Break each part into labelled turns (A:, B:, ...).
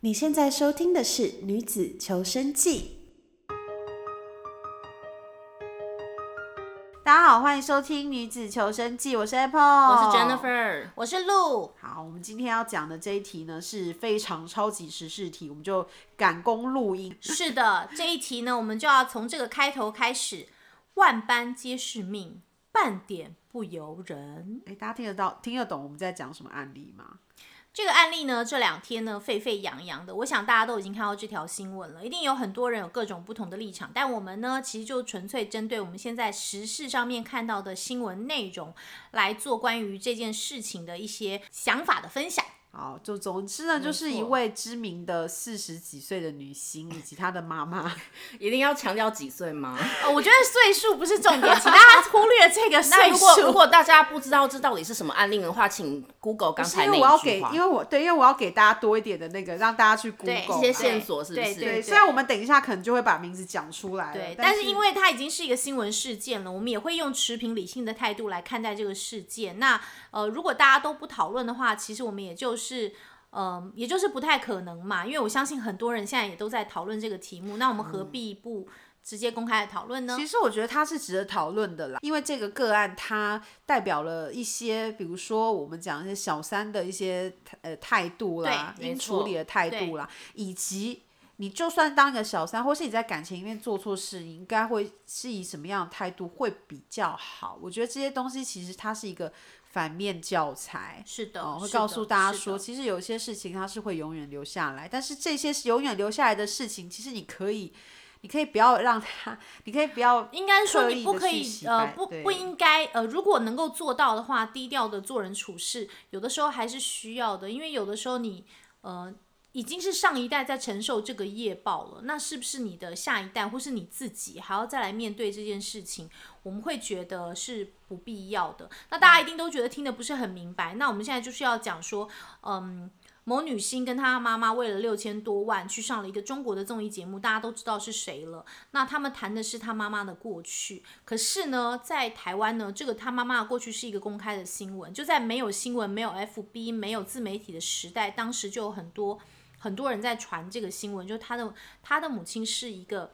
A: 你现在收听的是《女子求生记
B: 大家好，欢迎收听《女子求生记》，我是 Apple，我
C: 我哦是 Jennifer，
B: 我是鹿。好，我们今天要讲的这一题呢是非常超级时事题，我们就赶工录音。
C: 是的， 这一题呢，我们就要从这个开头开始。万般皆是命，半点不由人。
B: 哎，大家听得到、听得懂我们在讲什么案例吗？
C: 这个案例呢，这两天呢沸沸扬扬的，我想大家都已经看到这条新闻了，一定有很多人有各种不同的立场。但我们呢，其实就纯粹针对我们现在时事上面看到的新闻内容来做关于这件事情的一些想法的分享。
B: 好，就总之呢，就是一
C: 错
B: 位知名的四十几岁的女星以及她的妈 妈。
D: 一定要强调几 岁吗？
C: 哦，我觉得岁数不是重 点，请大家忽略这个
D: 那
C: 岁
D: 如果
C: 数。
D: 如果大家不知道这到底是什么案例的话，请 Google 刚
B: 是因
D: 才那
B: 为我要
D: 一
B: 给
D: 句，话
B: 因。为我对，因为我要给大家多一点的那个，让大家去 Google
D: 一
B: 嘛
D: 些线索是不
C: 对
D: 是
B: 对，
C: 对
B: 虽然我们等一下可能就会把名字讲出来了，
C: 对，
B: 但
C: 但是因为它已经是一个新闻事件了，我们也会用持平理性的态度来看待这个事件。那呃，如果大家都不讨论的话，其实我们也就是。嗯，也就是不太可能嘛，因为我相信很多人现在也都在讨论这个题目，那我们何必不直接公开的讨论呢？
B: 嗯其实我觉得它是值得讨论的啦，因为这个个案它代表了一些，比如说我们讲一些小三的一些呃态度啦，
C: 对
B: 应
D: 没错
B: 处理的态度啦，以及你就算当一个小三，或是你在感情里面做错事，你应该会是以什么样的态度会比较好？我觉得这些东西其实它是一个反面教材。
C: 是的，
B: 哦，会
C: 是
B: 告
C: 的
B: 诉大家
C: 是的
B: 说，其实有些事情它是会永远留下来，但是这些是永远留下来的事情，其实你可以，你可以不要让它，你可以不要
C: 应该说
B: 刻
C: 你
B: 意
C: 不
B: 地
C: 可
B: 去
C: 以
B: 洗
C: 呃
B: 白
C: 不
B: 对
C: 不应该呃，如果能够做到的话，低调的做人处事，有的时候还是需要的，因为有的时候你呃已经是上一代在承受这个业报了，那是不是你的下一代或是你自己还要再来面对这件事情？我们会觉得是不必要的。那大
B: 嗯
C: 家一定都觉得听得不是很明白，那我们现在就是要讲说，嗯。某女星跟她妈妈为了六千多万去上了一个中国的综艺节目，大家都知道是谁了。那他们谈的是他妈妈的过去，可是呢，在台湾呢，这个他妈妈的过去是一个公开的新闻，就在没有新闻、没有 FB、没有自媒体的时代，当时就有很多很多人在传这个新闻，就他的他的母亲是一个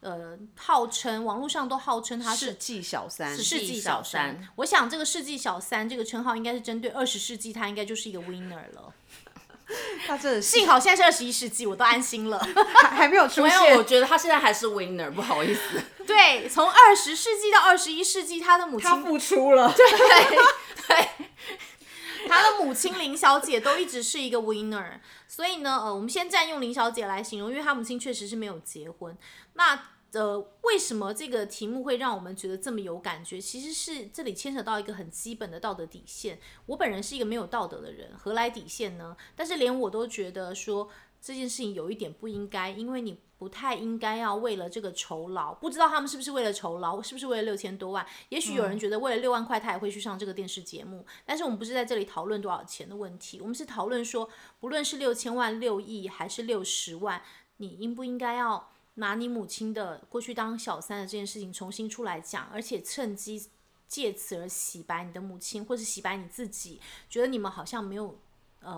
C: 呃，号称网络上都号称她
B: 世
C: 是
B: 纪小三，
C: 世纪小三
D: 小三。
C: 我想这个世纪小三这个称号应该是针对二十世纪，他应该就是一个 winner 了。
B: 他真的是
C: 幸好现在是二十一世纪，我都安心了。
B: 还还没有出
D: 因为我
B: 现。
D: 觉得他现在还是 winner，不好 意思，
C: 对，从二十世纪到二十一世纪，他的母亲
B: 他付出了，对，
C: 她的母亲林小姐都一直是一个 winner，所以呢，呃，我们先占用林小姐来形容，因为她母亲确实是没有结婚。那呃，为什么这个题目会让我们觉得这么有感觉？其实是这里牵扯到一个很基本的道德底线。我本人是一个没有道德的人，何来底线呢？但是连我都觉得说这件事情有一点不应该，因为你不太应该要为了这个酬劳，不知道他们是不是为了酬劳，是不是为了六千多万？也许有人觉得为了六万块他也会去上这个电视节目，但是我们不是在这里讨论多少钱的问题，我们是讨论说，不论是六千万、六亿还是六十万，你应不应该要拿你母亲的过去当小三的这件事情重新出来讲，而且趁机借此而洗白你的母亲，或是洗白你自己，觉得你们好像没有，嗯、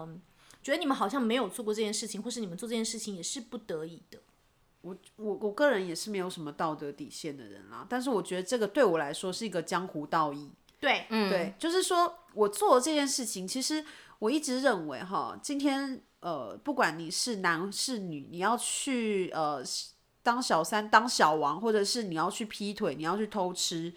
C: 觉得你们好像没有做过这件事情，或是你们做这件事情也是不得已的。
B: 我我我个人也是没有什么道德底线的人啦，但是我觉得这个对我来说是一个江湖道义，
C: 对，嗯，
B: 对，就是说我做了这件事情，其实我一直认为哈，今天呃，不管你是男是女，你要去呃当小三、当小王，或者是你要去劈腿、你要去偷吃，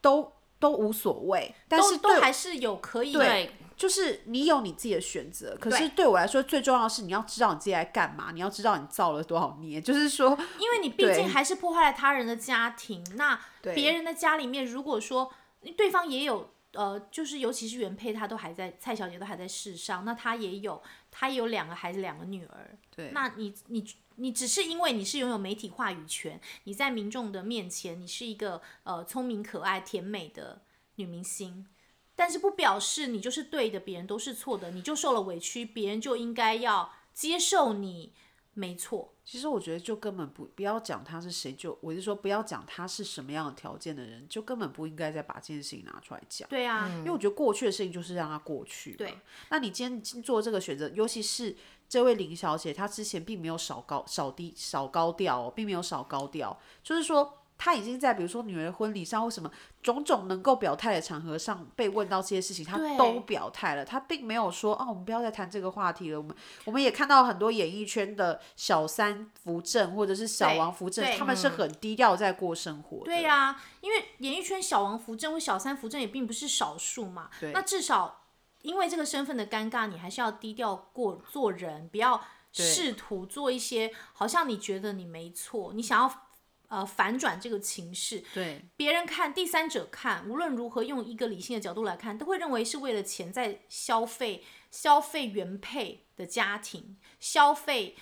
B: 都都无所谓。但
C: 都
B: 是
C: 都
B: 对，
C: 还是有可以
D: 对，
B: 就是你有你自己的选择。可是对我来说，最重要的是你要知道你自己在干嘛，你要知道你造了多少孽。就是说，
C: 因为你毕
B: 对
C: 竟还是破坏了他人的家庭，那
B: 对
C: 别人的家里面，如果说嗯对方也有呃，就是尤其是原配，她都还在，蔡小姐都还在世上，那她也有，她也有两个孩子，两个女儿，
B: 对
C: 那你你你只是因为你是拥有媒体话语权，你在民众的面前，你是一个呃聪明、可爱、甜美的女明星。但是不表示你就是对的，别人都是错的，你就受了委屈，别人就应该要接受你没错。
B: 其实我觉得就根本不不要讲他是谁，就我是说不要讲他是什么样的条件的人，就根本不应该再把这件事情拿出来讲。
C: 对啊，
B: 因为我觉得过去的事情就是让它过去。
C: 对，
B: 那你今天做这个选择，尤其是这位林小姐她之前并没有少高少低少高调、哦，并没有少高调，就是说她已经在比如说女儿婚礼上或什么种种能够表态的场合上被问到这些事情，她
C: 对
B: 都表态了，她并没有说哦，我们不要再谈这个话题了。我们我们也看到很多演艺圈的小三扶正或者是小
C: 对
B: 王扶正
C: 对，嗯
B: 他们是很低调在过生活的。
C: 对呀、因为演艺圈小王扶正或小三扶正也并不是少数嘛。
B: 对
C: 那至少因为这个身份的尴尬，你还是要低调过做人，不要试图做一些好像你觉得你没错，你想要呃反转这个情势，
B: 对
C: 别人看、第三者看，无论如何用一个理性的角度来看，都会认为是为了钱在消费、消费原配的家庭，消费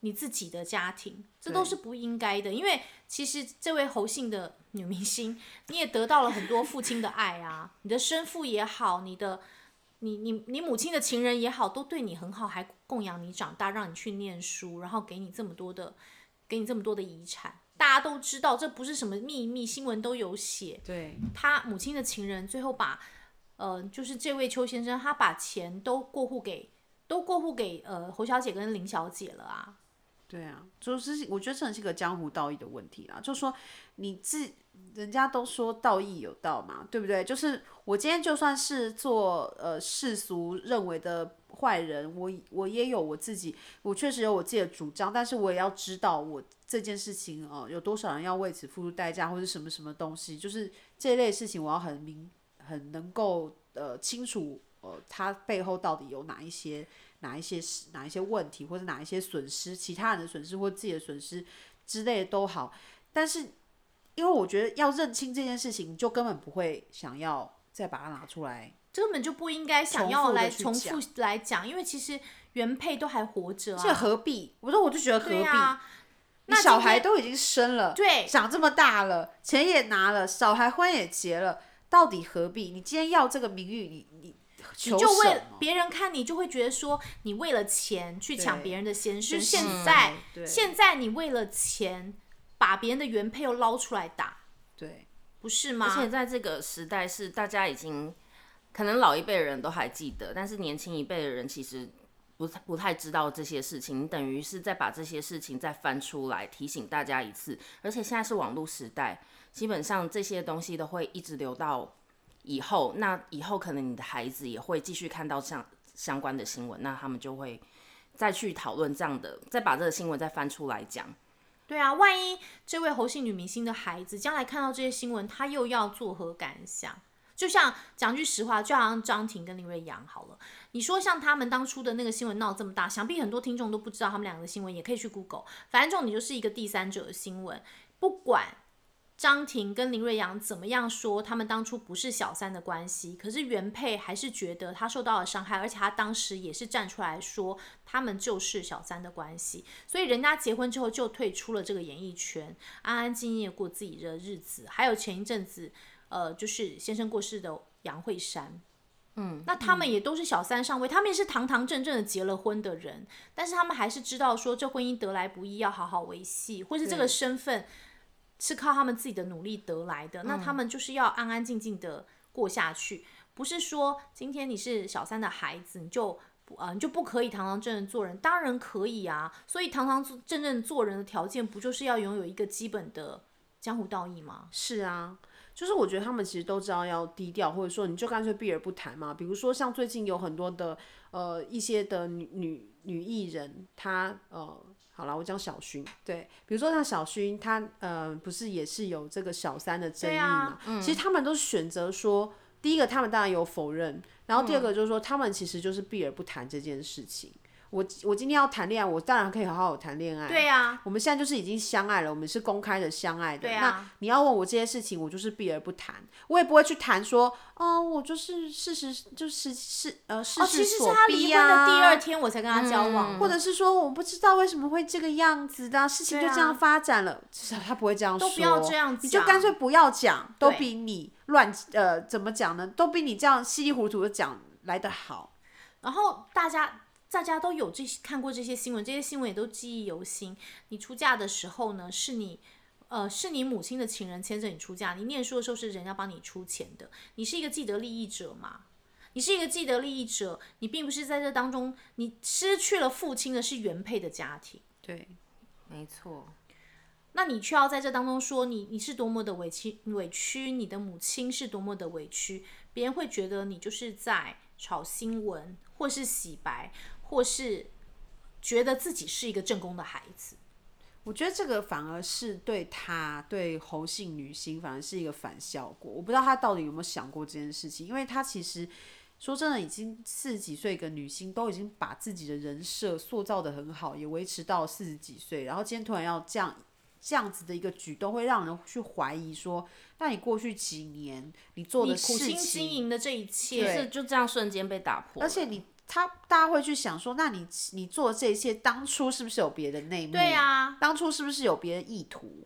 C: 你自己的家庭，这都
B: 对
C: 是不应该的。因为其实这位侯姓的女明星，你也得到了很多父亲的爱啊，你的生父也好，你的。你你你母亲的情人也好，都对你很好，还供养你长大，让你去念书，然后给你这么多的给你这么多的遗产，大家都知道，这不是什么秘密，新闻都有写。
B: 对
C: 他母亲的情人最后把，呃，就是这位邱先生，他把钱都过户给，都过户给呃侯小姐跟林小姐了啊。
B: 对啊，就是我觉得这是一个江湖道义的问题啦，就说你自人家都说道义有道嘛，对不对？就是我今天就算是做呃世俗认为的坏人，我我也有我自己，我确实有我自己的主张，但是我也要知道我这件事情哦、呃有多少人要为此付出代价，或是什么什么东西，就是这类事情，我要很明很能够呃清楚呃它背后到底有哪一些哪一些事哪一些问题，或者哪一些损失，其他人的损失或自己的损失之类的都好，但是。因为我觉得要认清这件事情，你就根本不会想要再把它拿出来。
C: 根本就不应该想
B: 重
C: 要
B: 复地
C: 来
B: 去
C: 重
B: 讲
C: 复来讲，因为其实原配都还活着
B: 这
C: 啊，
B: 何必？我说我就觉得何
C: 对
B: 必？
C: 啊，
B: 你
C: 那
B: 小
C: 今天
B: 孩都已经生了，
C: 对
B: 长这么大了，钱也拿了，小孩婚也结了，到底何必？你今天要这个名誉，你你求
C: 你就
B: 什
C: 为
B: 么？
C: 别人看你就会觉得说你为了钱去抢
B: 对
C: 别人的先生，
B: 是
C: 现在
B: 对
C: 现在你为了钱把别人的原配又捞出来打，
B: 对
C: 不是
D: 而且
C: 吗？
D: 在这个时代，是大家已经可能老一辈的人都还记得，但是年轻一辈的人其实不太不太知道这些事情，等于是再把这些事情再翻出来提醒大家一次。而且现在是网络时代，基本上这些东西都会一直留到以后，那以后可能你的孩子也会继续看到相相关的新闻，那他们就会再去讨论这样的，再把这个新闻再翻出来讲。
C: 对啊，万一这位侯姓女明星的孩子将来看到这些新闻，他又要作何感想？就像讲句实话，就好像张庭跟林瑞阳好了，你说像他们当初的那个新闻闹这么大，想必很多听众都不知道他们两个的新闻，也可以去 Google。反正重点就是一个第三者的新闻，不管张庭跟林瑞阳怎么样说，他们当初不是小三的关系，可是原配还是觉得他受到了伤害，而且他当时也是站出来说他们就是小三的关系，所以人家结婚之后就退出了这个演艺圈，安安静静地过自己的日子。还有前一阵子，呃，就是先生过世的杨慧珊。嗯，那他们也都是小三上位，他们也是堂堂正正的结了婚的人，但是他们还是知道说这婚姻得来不易，要好好维系，或是这个身份是靠他们自己的努力得来的，那他们就是要安安静静的过下去，不是说今天你是小三的孩子，你就不啊、你就不可以堂堂正正做人，当然可以啊。所以堂堂正正做人的条件，不就是要拥有一个基本的江湖道义吗？
B: 是啊，就是我觉得他们其实都知道要低调，或者说你就干脆避而不谈嘛。比如说像最近有很多的呃一些的女女女艺人，她呃。好了，我讲小薰，对，比如说像小薰，她呃不是也是有这个小三的争议
C: 对
B: 嘛
C: 啊？
B: 其实他们都是选择说，第一个他们当然有否认，然后第二
C: 嗯
B: 个就是说、他们其实就是避而不谈这件事情。我我今天要谈恋爱，我当然可以好好地谈恋爱，
C: 对啊，
B: 我们现在就是已经相爱了，我们是公开的相爱的。
C: 对啊
B: 那你要问我这些事情，我就是避而不谈，我也不会去谈说，哦，我就是事实，就是事呃事
C: 哦，
B: 实
C: 其实是
B: 所
C: 他
B: 逼
C: 离
B: 呀、
C: 婚的第二天我才跟他交往，
B: 嗯或者是说我不知道为什么会这个样子的啊、事情就
C: 对啊
B: 这样发展了，至少他不会这样说，
C: 都不要这样
B: 你就
C: 讲
B: 干脆不要讲，都
C: 对
B: 比你乱呃怎么讲呢？都比你这样稀里糊涂的讲来的好。
C: 然后大家大家都有这些看过这些新闻，这些新闻也都记忆犹新。你出嫁的时候呢，是你。呃，是你母亲的情人牵着你出嫁，你念书的时候是人家帮你出钱的，你是一个既得利益者嘛？你是一个既得利益者，你并不是在这当中，你失去了父亲的是原配的家庭，
B: 对，
D: 没错，
C: 那你却要在这当中说你你是多么的委屈委屈，你的母亲是多么的委屈，别人会觉得你就是在炒新闻，或是洗白，或是觉得自己是一个正宫的孩子。
B: 我觉得这个反而是对他对侯姓女星反而是一个反效果。我不知道他到底有没有想过这件事情，因为他其实说真的，已经四十几岁一个女星，都已经把自己的人设塑造的很好，也维持到四十几岁，然后今天突然要这样这样子的一个举动，会让人去怀疑说，那你过去几年你做
C: 你
B: 的
C: 苦
B: 事
C: 心经
B: 情，
C: 营的这一
D: 就
C: 切，
D: 是就这样瞬间被打破了，
B: 而且你他大家会去想说，那你你做这一切当初是不是有别的内幕？
C: 对啊，
B: 当初是不是有别的意图？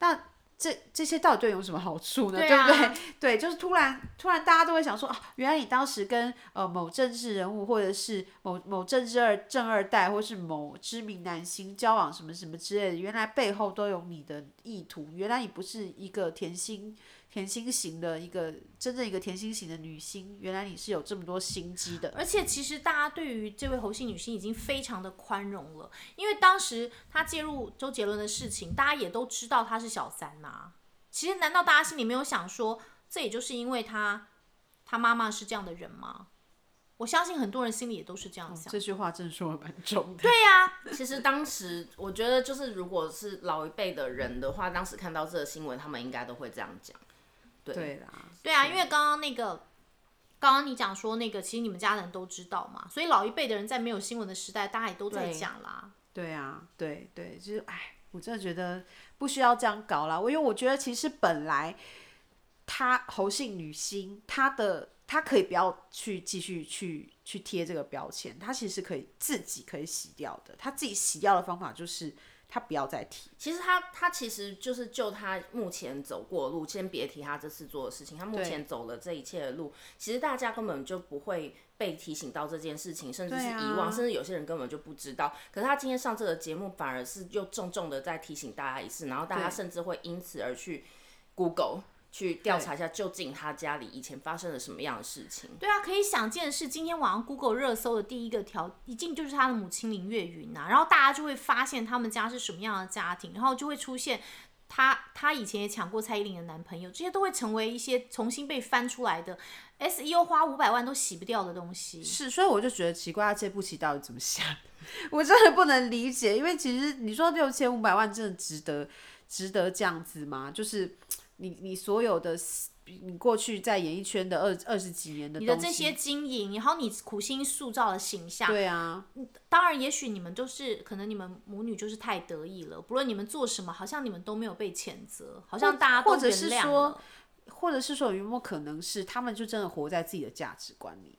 B: 那这这些到底对你有什么好处呢？
C: 对
B: 对,、
C: 啊
B: 不对？ 对，就是突然突然大家都会想说啊，原来你当时跟呃某政治人物或者是某某政治二正二代，或是某知名男星交往什么什么之类的，原来背后都有你的意图，原来你不是一个甜心。甜心型的一个真正一个甜心型的女星，原来你是有这么多心机的。
C: 而且其实大家对于这位侯姓女星已经非常的宽容了，因为当时她介入周杰伦的事情，大家也都知道她是小三呐、其实难道大家心里没有想说，这也就是因为她她妈妈是这样的人吗？我相信很多人心里也都是这样想。
B: 哦这句话真的说的蛮重的。
C: 对呀、
D: 其实当时我觉得，就是如果是老一辈的人的话，当时看到这个新闻，他们应该都会这样讲。对，
B: 对啦，
C: 对啊，因为刚刚那个，刚刚你讲说那个，其实你们家人都知道嘛，所以老一辈的人在没有新闻的时代，大家也都在
D: 对
C: 讲啦。
B: 对啊，对对，就是哎，我真的觉得不需要这样搞啦。我因为我觉得其实本来她侯姓女星，她的她可以不要去继续去去贴这个标签，她其实可以自己可以洗掉的。她自己洗掉的方法就是她不要再提。
D: 其实他他其实就是就他目前走过的路，先别提他这次做的事情，他目
B: 对
D: 前走了这一切的路，其实大家根本就不会被提醒到这件事情，甚至是
B: 对啊
D: 遗忘，甚至有些人根本就不知道。可是他今天上这个节目，反而是又重重的在提醒大家一次，然后大家
B: 对
D: 甚至会因此而去 Google 去调查一下究竟他家里以前发生了什么样的事情。
C: 对啊，可以想见的是，今天晚上 Google 热搜的第一个条，一定就是他的母亲林月云呐、然后大家就会发现他们家是什么样的家庭，然后就会出现她，她以前也抢过蔡依林的男朋友，这些都会成为一些重新被翻出来的 SEO 花五百万都洗不掉的东西。
B: 是，所以我就觉得奇怪，他这部戏到底怎么下的？ 我真的不能理解，因为其实你说六千五百万真的值得，值得这样子吗？就是你你所有的你过去在演艺圈的二二十几年的
C: 你
B: 东
C: 的
B: 西，
C: 这些经营，然后你苦心塑造的形象，
B: 对啊，
C: 当然，也许你们就是可能你们母女就是太得意了，不论你们做什么，好像你们都没有被谴责，好像大家都
B: 或者
C: 原
B: 是
C: 谅
B: 说
C: 了
B: 或者是说有没有可能是他们就真的活在自己的价值观里？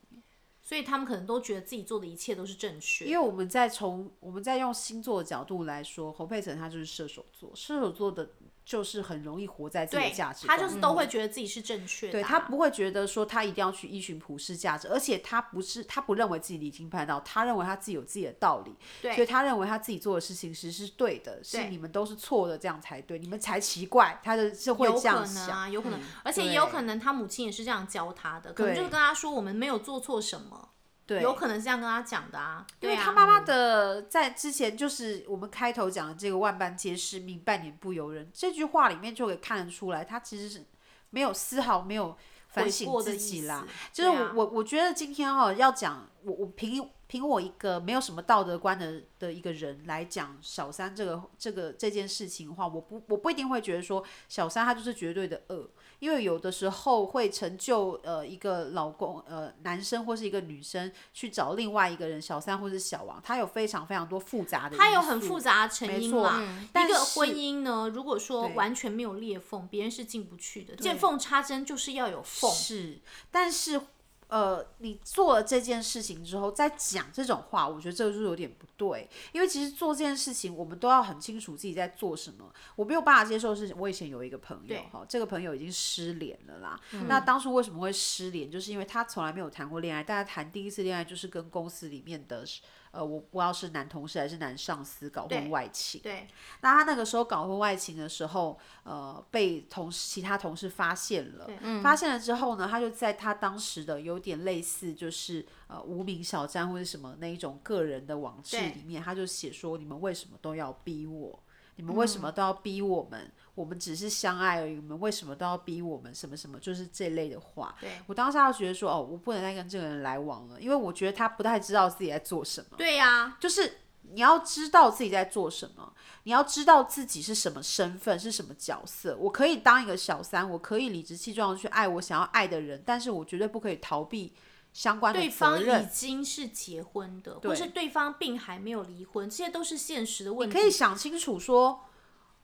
C: 所以他们可能都觉得自己做的一切都是正确。
B: 因为我们在从我们在用星座的角度来说，侯佩岑她就是射手座，射手座的就是很容易活在自己的
C: 对
B: 价值，
C: 他
B: 观里，
C: 就是都会觉得自己是正确的、啊
B: 对他，不会觉得说他一定要去依循普世价值，而且他不是他不认为自己离经叛道，他认为他自己有自己的道理，
C: 对
B: 所以他认为他自己做的事情其实是对的，是
C: 对
B: 你们都是错的，这样才对，你们才奇怪，他的是会
C: 有
B: 这样
C: 可
B: 想。
C: 能
B: 嗯
C: 啊，有可能，而且也有可
D: 对
C: 能他母亲也是这样教他的，可能
B: 对
C: 就是跟他说我们没有做错什么，
B: 对，
C: 有可能是这样跟他讲的啊。
B: 因
C: 对
B: 为
C: 啊，
B: 嗯他妈妈的在之前就是我们开头讲的这个“万般皆是命，半年不由人”这句话里面就可以看得出来，他其实是没有丝毫没有反
C: 悔
B: 省
C: 过的
B: 自
C: 意
B: 己
C: 思
B: 啦。，就
C: 对
B: 是我、
C: 啊
B: 我我觉得今天哈、哦要哦讲我我凭凭我一个没有什么道德观的的一个人来讲小三这个这个这件事情的话，我不我不一定会觉得说小三他就是绝对的恶，因为有的时候会成就呃一个老公呃男生或是一个女生去找另外一个人小三或是小王，他有非常非常多复杂的，
C: 他有很复，杂的成
B: 没
C: 因
B: 错
C: 啦。
D: 嗯
B: 但
C: 一个
B: 是
C: 婚姻呢，如果说
B: 对
C: 完全没有裂缝，别人是进不去的。见缝插针就是要有缝，
B: 是，但是呃，你做了这件事情之后再讲这种话，我觉得这就是有点不对。因为其实做这件事情，我们都要很清楚自己在做什么。我没有办法接受的是，我以前有一个朋友
C: 对嗯
B: 哈，这个朋友已经失联了啦。那当初为什么会失联，就是因为他从来没有谈过恋爱，大家谈第一次恋爱就是跟公司里面的呃，我不知道是男同事还是男上司搞
C: 对
B: 婚外情。
C: 对，
B: 那他那个时候搞婚外情的时候，呃，被同事其他同事发现了
C: 对，
B: 发现了之后呢，他就在他当时的有点类似就是呃无名小站或者什么那一种个人的网志
C: 对
B: 里面，他就写说你们为什么都要逼我？你们为什么都要逼我们？我们只是相爱而已，你们为什么都要逼我们？什么什么，就是这类的话。
C: 对
B: 我当下就觉得说，哦，我不能再跟这个人来往了，因为我觉得他不太知道自己在做什么。
C: 对啊呀、
B: 就是你要知道自己在做什么，你要知道自己是什么身份，是什么角色。我可以当一个小三，我可以理直气壮的去爱我想要爱的人，但是我绝对不可以逃避相关的
C: 对啊
B: 责
C: 方已
B: 任。
C: 经是结婚的，或
B: 对
C: 是对方并还没有离婚，这些都是现实的问
B: 你
C: 题。
B: 可以想清楚说，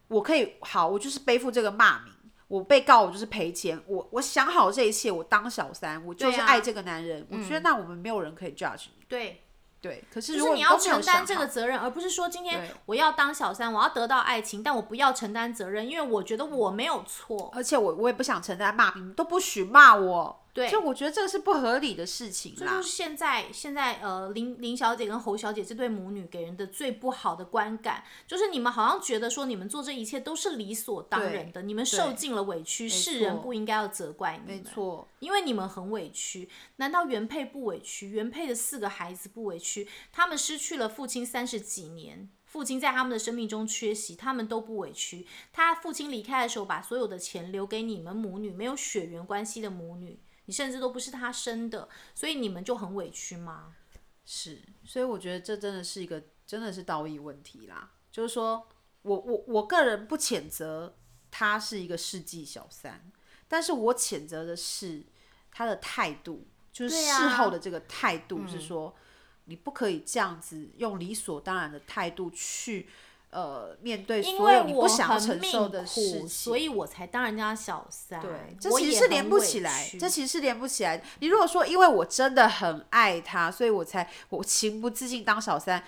B: 我可以好，我就是背负这个骂名。我被告，我就是赔钱。我我想好这一切，我当小三，我就是
C: 对啊嗯
B: 爱这个男人。我觉得那我们没有人可以 judge 你。
C: 对，
B: 对，可是如
C: 就是
B: 果
C: 你
B: 都
C: 要
B: 没有
C: 承担
B: 想
C: 这个
B: 好
C: 责任，而不是说今天
B: 对
C: 我要当小三，我要得到爱情，但我不要承担责任，因为我觉得我没有错。
B: 而且我我也不想承担骂名，都不许骂我。
C: 对
B: 就我觉得这个是不合理的事情
C: 这
B: 啦
C: 就是。现在现在呃林林小姐跟侯小姐这对母女给人的最不好的观感，就是你们好像觉得说你们做这一切都是理所当然的，你们受尽了委屈，世人
B: 错
C: 不应该要责怪你
B: 没
C: 们，
B: 错，
C: 因为你们很委屈。难道原配不委屈？原配的四个孩子不委屈？他们失去了父亲三十几年。父亲在他们的生命中缺席，他们都不委屈。他父亲离开的时候，把所有的钱留给你们母女，没有血缘关系的母女，你甚至都不是他生的，所以你们就很委屈吗？
B: 是，所以我觉得这真的是一个真的是道义问题啦。就是说我我我个人不谴责他是一个世纪小三，但是我谴责的是他的态度，就是
C: 对
B: 事
C: 啊嗯
B: 后的这个态度是说，你不可以这样子用理所当然的态度去。呃，面对
C: 因
B: 所
C: 为
B: 有你
C: 我
B: 不想要
C: 很
B: 承
C: 命
B: 受的事
C: 苦，
B: 情，
C: 所以我才当人家小三。
B: 对，这
C: 我
B: 其
C: 也
B: 实是连
C: 很
B: 不
C: 委
B: 起来
C: 屈，
B: 这其实是连不起来。你如果说因为我真的很爱他，所以我才我情不自禁当小三，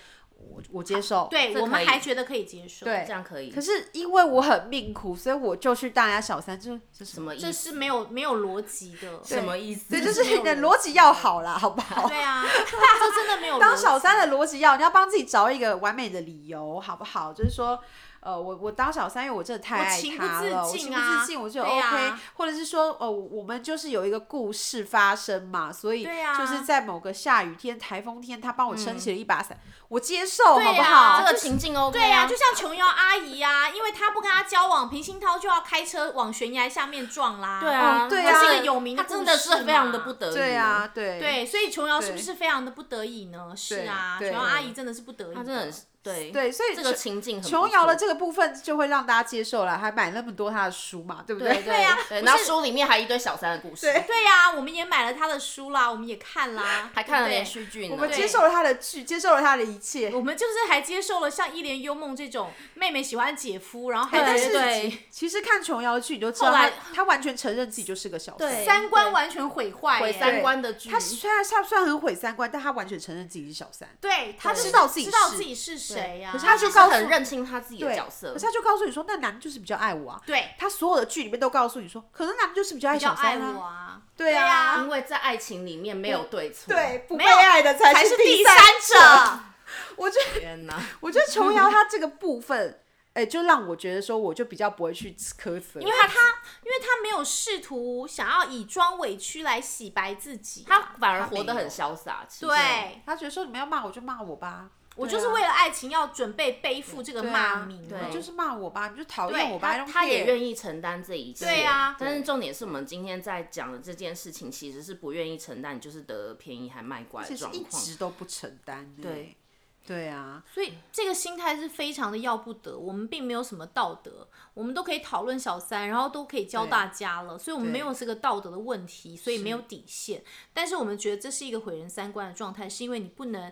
B: 我我接受。
C: 对
D: 这
C: 我
D: 可
C: 们
D: 以
C: 还觉得可以接受，
B: 对
D: 这样可以。
B: 可是因为我很命苦，所以我就去当人家小三，这这什
D: 什么意
C: 这
D: 思？
C: 是没有没有逻辑的。
D: 什么意思？
B: 对，就是
C: 没有
B: 你的
C: 逻
B: 逻辑要好啦，好不好？
C: 对 啊，这真的没有逻
B: 当
C: 辑
B: 小三的逻辑要，你要帮自己找一个完美的理由，好不好？就是说，呃，我我当小三，因为我真的太
C: 我
B: 爱
C: 情不
B: 他
C: 自
B: 了，我
C: 禁
B: 情
C: 啊
B: 不自禁，我就
C: 对
B: OK，、
C: 啊
B: 或者是说，哦，我们就是有一个故事发生嘛，所以
C: 对啊
B: 就是在某个下雨天、台风天，他帮我撑起了一把伞，我接受，好不
C: 啊
B: 好？
D: 这个情境 OK
C: 对呀、
D: 啊，
C: 就像琼瑶阿姨啊，因为她不跟她交往，平鑫涛就要开车往悬崖下面撞啦。
D: 对啊，
B: 哦对
D: 他
B: 啊
C: 这是一个有名的
D: 他真的
C: 故事
D: 是
C: 嘛
D: 非常的不得已，
B: 对啊，，对
C: 对，所以琼瑶是不
B: 对
C: 是非常的不得已呢？是啊，
B: 对
C: 琼
B: 对
C: 瑶阿姨真的是不得已，
D: 他真的是对
B: 对，所以
D: 这个
B: 琼
D: 情境很不错
B: 琼瑶的这个部分就会让大家接受了，还买那么多他的书嘛，对不
D: 对
C: 对啊不
D: 对，
C: 是
D: 然后书里面还一堆小三的故事，
C: 对呀、我们也买了她的书啦，我们也看啦，
D: 还看了
C: 对不对
D: 连续剧呢。
B: 我们
C: 对
B: 接受了他的剧，接受了他的一切。
C: 我们就是还接受了像《一帘幽梦》这种妹妹喜欢姐夫，然后还
D: 对
B: 但
C: 觉
B: 是
C: 得
D: 对
B: 其实看琼瑶的剧，你就知道
D: 后
B: 他
D: 来
B: 他完全承认自己就是个小三
D: 对。
C: 三观完全毁坏、
D: 毁
C: 耶
D: 三观的剧，
B: 他虽然他虽然很毁三观，但他完全承认自己是小三。
C: 对，她
B: 对
C: 就
B: 知道自己
C: 知道
B: 是
C: 自己是谁啊呀、
B: 可是
D: 他
B: 她
D: 就
B: 就
D: 告
B: 告诉
D: 很认清他自己的
B: 对
D: 角色
B: 可是。他就告诉你说，那男的就是比较爱我啊。
C: 对
B: 他所有的剧里面都告诉你说，可能男的就是比较爱
C: 比
B: 小
C: 较爱
B: 三
C: 我
B: 啊。
C: 啊，
B: 对啊
C: 啊
D: 因，为在爱情里面没有对错。
B: 对，，不
C: 没
B: 被
C: 有
B: 爱的才
C: 才
B: 是
C: 是第
B: 三
C: 三者。
B: 我觉得，
D: 天哪！
B: 我觉得琼瑶她这个部分，哎，就让我觉得说，我就比较不会去苛责。因
C: 因为他，因为他没有试图想要以装委屈来洗白自己，啊
D: 他反而活得很潇洒。其实
C: 对
B: 他觉得说，你们要骂我就骂我吧，
C: 我就是为了爱情要准备背负这个
B: 对
C: 骂
B: 啊
C: 名，
D: 对
B: 你就是骂我吧，你就讨
C: 对
B: 厌我吧，I
D: 他
B: don't
D: 他也
B: care
D: 愿意承担这一切。
C: 对啊
D: 但是重点是我们今天在讲的这件事情，其实是不愿意承担，你就是得便宜还卖乖
B: 其
D: 的
B: 实
D: 状
B: 一
D: 况。
B: 直都不承担。
D: 对，
B: 对啊，
C: 所以这个心态是非常的要不得。我们并没有什么道德，我们都可以讨论小三，然后都可以教大家了，所以我们
B: 对
C: 没有这个道德的问题，所以没有底线。但是我们觉得这是一个毁人三观的状态，是因为你不能。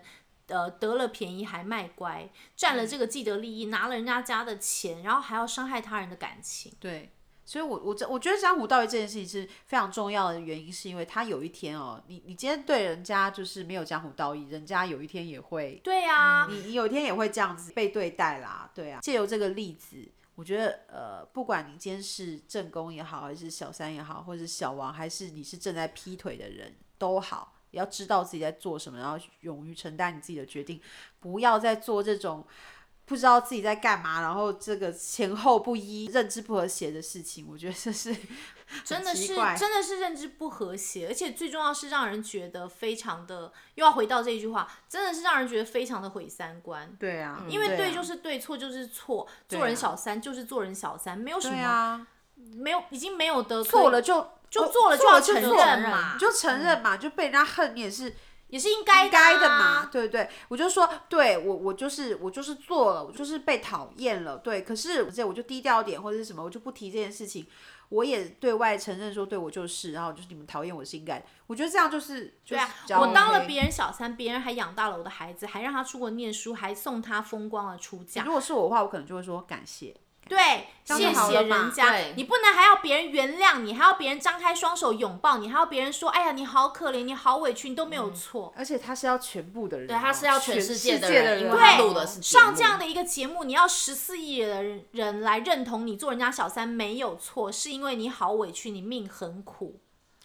C: 呃，得了便宜还卖乖，占了这个既得利益，拿了人家家的钱，然后还要伤害他人的感情。
B: 对，所以我我这我觉得江湖道义这件事情是非常重要的原因，是因为他有一天哦，你你今天对人家就是没有江湖道义，人家有一天也会，
C: 对啊，
B: 你你有一天也会这样子被对待啦，对啊。借由这个例子，我觉得呃，不管你今天是正宫也好，还是小三也好，或者是小王，还是你是正在劈腿的人都好。要知道自己在做什么，然后勇于承担你自己的决定，不要再做这种不知道自己在干嘛，然后这个前后不一、认知不和谐的事情。我觉得这 是
C: 真的
B: 奇
C: 是
B: 怪
C: 真的是认知不和谐，而且最重要是让人觉得非常的，又要回到这一句话，真的是让人觉得非常的毁三观。
B: 对啊，
C: 因为
B: 对
C: 嗯对
B: 啊
C: 就是对，错就是错，
B: 对
C: 做人
B: 啊
C: 小三就是做人小三，没有什
B: 对
C: 么，
B: 啊，
C: 没有已经没有的
B: 错了就
C: 就
B: 呃
C: 做了就要
B: 了
C: 承
B: 做
C: 认
B: 了
C: 嘛嗯
B: 你就承认嘛，就被人家恨你也是
C: 也是应该
B: 应该的
C: 啊
B: 嘛，。对不对？我就说，对我我就是我就是做了，我就是被讨厌了，对。可是这我就低调点或者是什么，我就不提这件事情。我也对外承认说，对我就是，然后就是你们讨厌我是应该的。我觉得这样就是，对
C: 对啊，我当了别人小三，别人还养大了我的孩子，还让他出国念书，还送他风光的出嫁
B: 如。果是我的话，我可能就会说感谢。
C: 对，
B: 样就
C: 谢
B: 好
C: 谢
B: 了嘛
C: 人家
D: 对，
C: 你不能还要别人原谅你，还要别人张开双手拥抱你，还要别人说：“哎呀，你好可怜，你好委屈，你都没有错。
B: 嗯而且他是要全部的人哦、
D: 对他是要全
B: 全
D: 世界
B: 界
D: 的
B: 人，
D: 人因为
B: 哦
D: 他录的是节
C: 上
D: 目
C: 这样的一个节目，你要十四亿的人人来认同你做人家小三没有错，是因为你好委屈，你命很苦，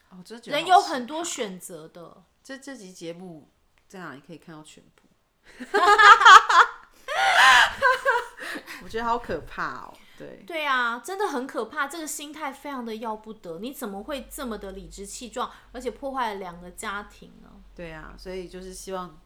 B: 哦，真的觉得
C: 人
B: 好
C: 有
B: 奇
C: 很多选择的。
B: 这这集节目在哪里可以看到全部？ 我觉得好可怕哦。对，
C: 对啊，真的很可怕，这个心态非常的要不得。你怎么会这么的理直气壮，而且破坏了两个家庭呢？
B: 对啊，所以就是希望，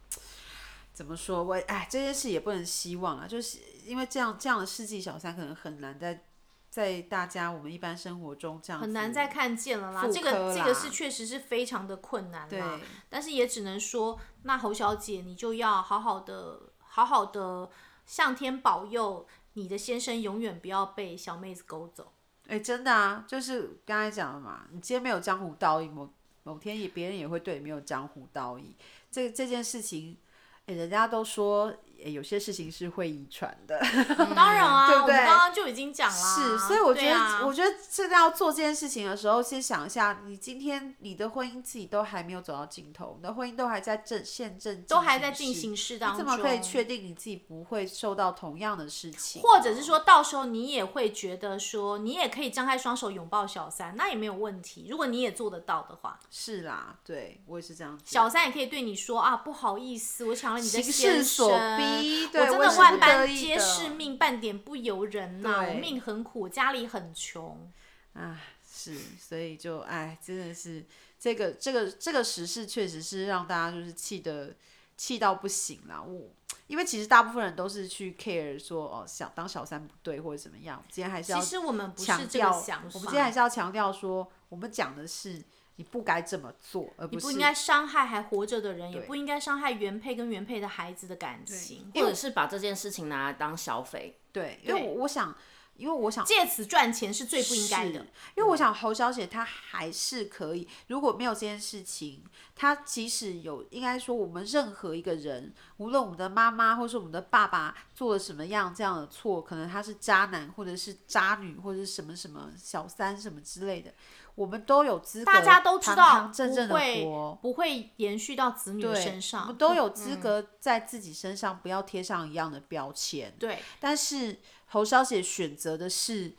B: 怎么说？我哎，这件事也不能希望啊，就是因为这样这样的世纪小三可能很难在在大家我们一般生活中这样
C: 很
B: 子
C: 难再看见了啦
B: 妇。
C: 这个
B: 科
C: 这个
B: 啦
C: 是确实是非常的困难
B: 对
C: 啦。但是也只能说，那侯小姐你就要好好的好好的向天保佑你的先生永远不要被小妹子勾走。
B: 哎、真的啊，就是刚才讲的嘛，你今天没有江湖道义，某某天也别人也会对你没有江湖道义。这这件事情，哎、人家都说、哎有些事情是会遗传的，
C: 当然啊，
B: 对不对
C: 我们刚刚就已经讲啦。
B: 是，所以我觉
C: 对
B: 得，
C: 啊
B: 我觉得真的要做这件事情的时候，先想一下，你今天你的婚姻自己都还没有走到尽头，你的婚姻都还在正现正，
C: 都还在进行式当
B: 你
C: 中，
B: 怎么可以确定你自己不会受到同样的事情？哦
C: 或者是说到时候你也会觉得说，你也可以张开双手拥抱小三，那也没有问题。如果你也做得到的话，
B: 是啦，对我也是这样觉得。
C: 小三也可以对你说啊，不好意思，我抢了你的
B: 形
C: 先
B: 势所
C: 生
B: 逼
C: 我
B: 对
C: 真
B: 我也
C: 的
B: 是
C: 万
B: 不
C: 般
B: 得已
C: 皆
B: 的
C: 是命，半点不由人呐、我
B: 对
C: 命很苦，家里很穷。
B: 啊，是，所以就哎，真的是这个这个这个时事确实是让大家就是气的气到不行啦。我因为其实大部分人都是去 care 说哦，想当小三不对或者怎么样。我们今天还是要
C: 其实我们不是
B: 强
C: 这个
B: 调，
C: 想法，
B: 我们今天还是要强调说，我们讲的是你不该这么做，而
C: 你
B: 是
C: 不应该伤害还活着的人，也
B: 对
C: 不应该伤害原配跟原配的孩子的感情，
D: 或者是把这件事情拿来当消费。
B: 对，因为
C: 对
B: 我我想，因为我想
C: 借此赚钱是最不应该的嗯
B: 是。因为我想侯小姐她还是可以，如果没有这件事情，她即使有，应该说我们任何一个人，无论我们的妈妈或是我们的爸爸做了什么样这样的错，可能他是渣男或者是渣女或者是什么什么小三什么之类的，我们都有资格，
C: 大家都知
B: 堂
C: 道
B: 堂正正
C: 不
B: 的
C: 会
B: 活。
C: 不会延续到子女
B: 对，
C: 身上，嗯
B: 我们都有资格在自己身上不要贴上一样的标签。
C: 对
B: 但是侯小姐选择的是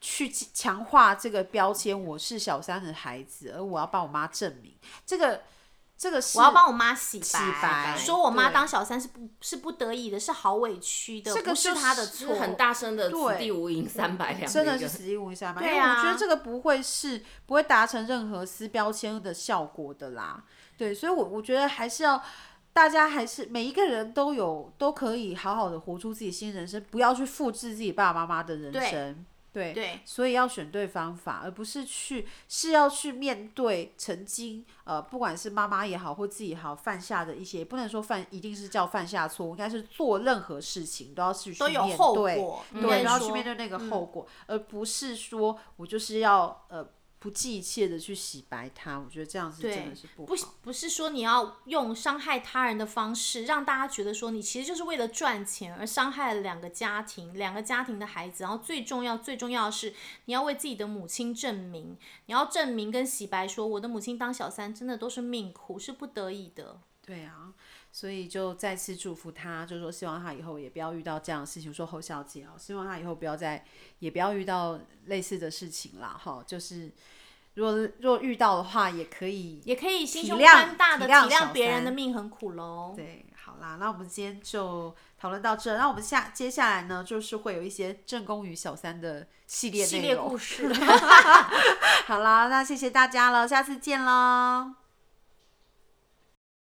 B: 去强化这个标签，我是小三的孩子，而我要帮我妈证明这个这个是
C: 我要帮我妈洗白，
B: 洗白
C: 说我妈
B: 对
C: 当小三是不是不得已的，是好委屈的，
B: 这个
C: 不是
B: 就是
C: 她的
D: 就是
C: 错，
D: 很大声的“
B: 对
D: 此地无银三百两”，
B: 真的是死地无银三百两，
C: 对
B: 因为
C: 啊
B: 我觉得这个不会是不会达成任何撕标签的效果的啦。对，所以我我觉得还是要。大家还是每一个人都有都可以好好的活出自己新人生，不要去复制自己爸爸妈妈的人
C: 对
B: 生。对，
C: 对。
B: 所以要选对方法，而不是去是要去面对曾经呃，不管是妈妈也好或自己也好犯下的一些，不能说犯一定是叫犯下错误，应该是做任何事情都要去去
C: 都有
B: 面
C: 后
B: 对，
C: 果应该
B: 对，都要去
C: 说嗯
B: 面对那个后果，而不是说我就是要呃不计一切的去洗白它。我觉得这样子真的是不
C: 不
B: 好。
C: 是不是说你要用伤害他人的方式，让大家觉得说你其实就是为了赚钱而伤害了两个家庭，两个家庭的孩子。然后最重要最重要的是，你要为自己的母亲证明，你要证明跟洗白说，我的母亲当小三真的都是命苦，是不得已的。
B: 对啊，所以就再次祝福她，就说希望她以后也不要遇到这样的事情。我说侯小姐哦，希望她以后不要再也不要遇到类似的事情啦，哈，就是如果若遇到的话，也可以。
C: 也可以心胸
B: 体谅
C: 宽大
B: 体
C: 的体
B: 谅小
C: 谅别人
B: 三
C: 的命很苦喽。
B: 对，好啦，那我们今天就讨论到这。那我们下接下来呢，就是会有一些正宫与小三的系列
C: 系
B: 内
C: 列
B: 容
C: 故。事。
B: 好啦，那谢谢大家了，下次见喽。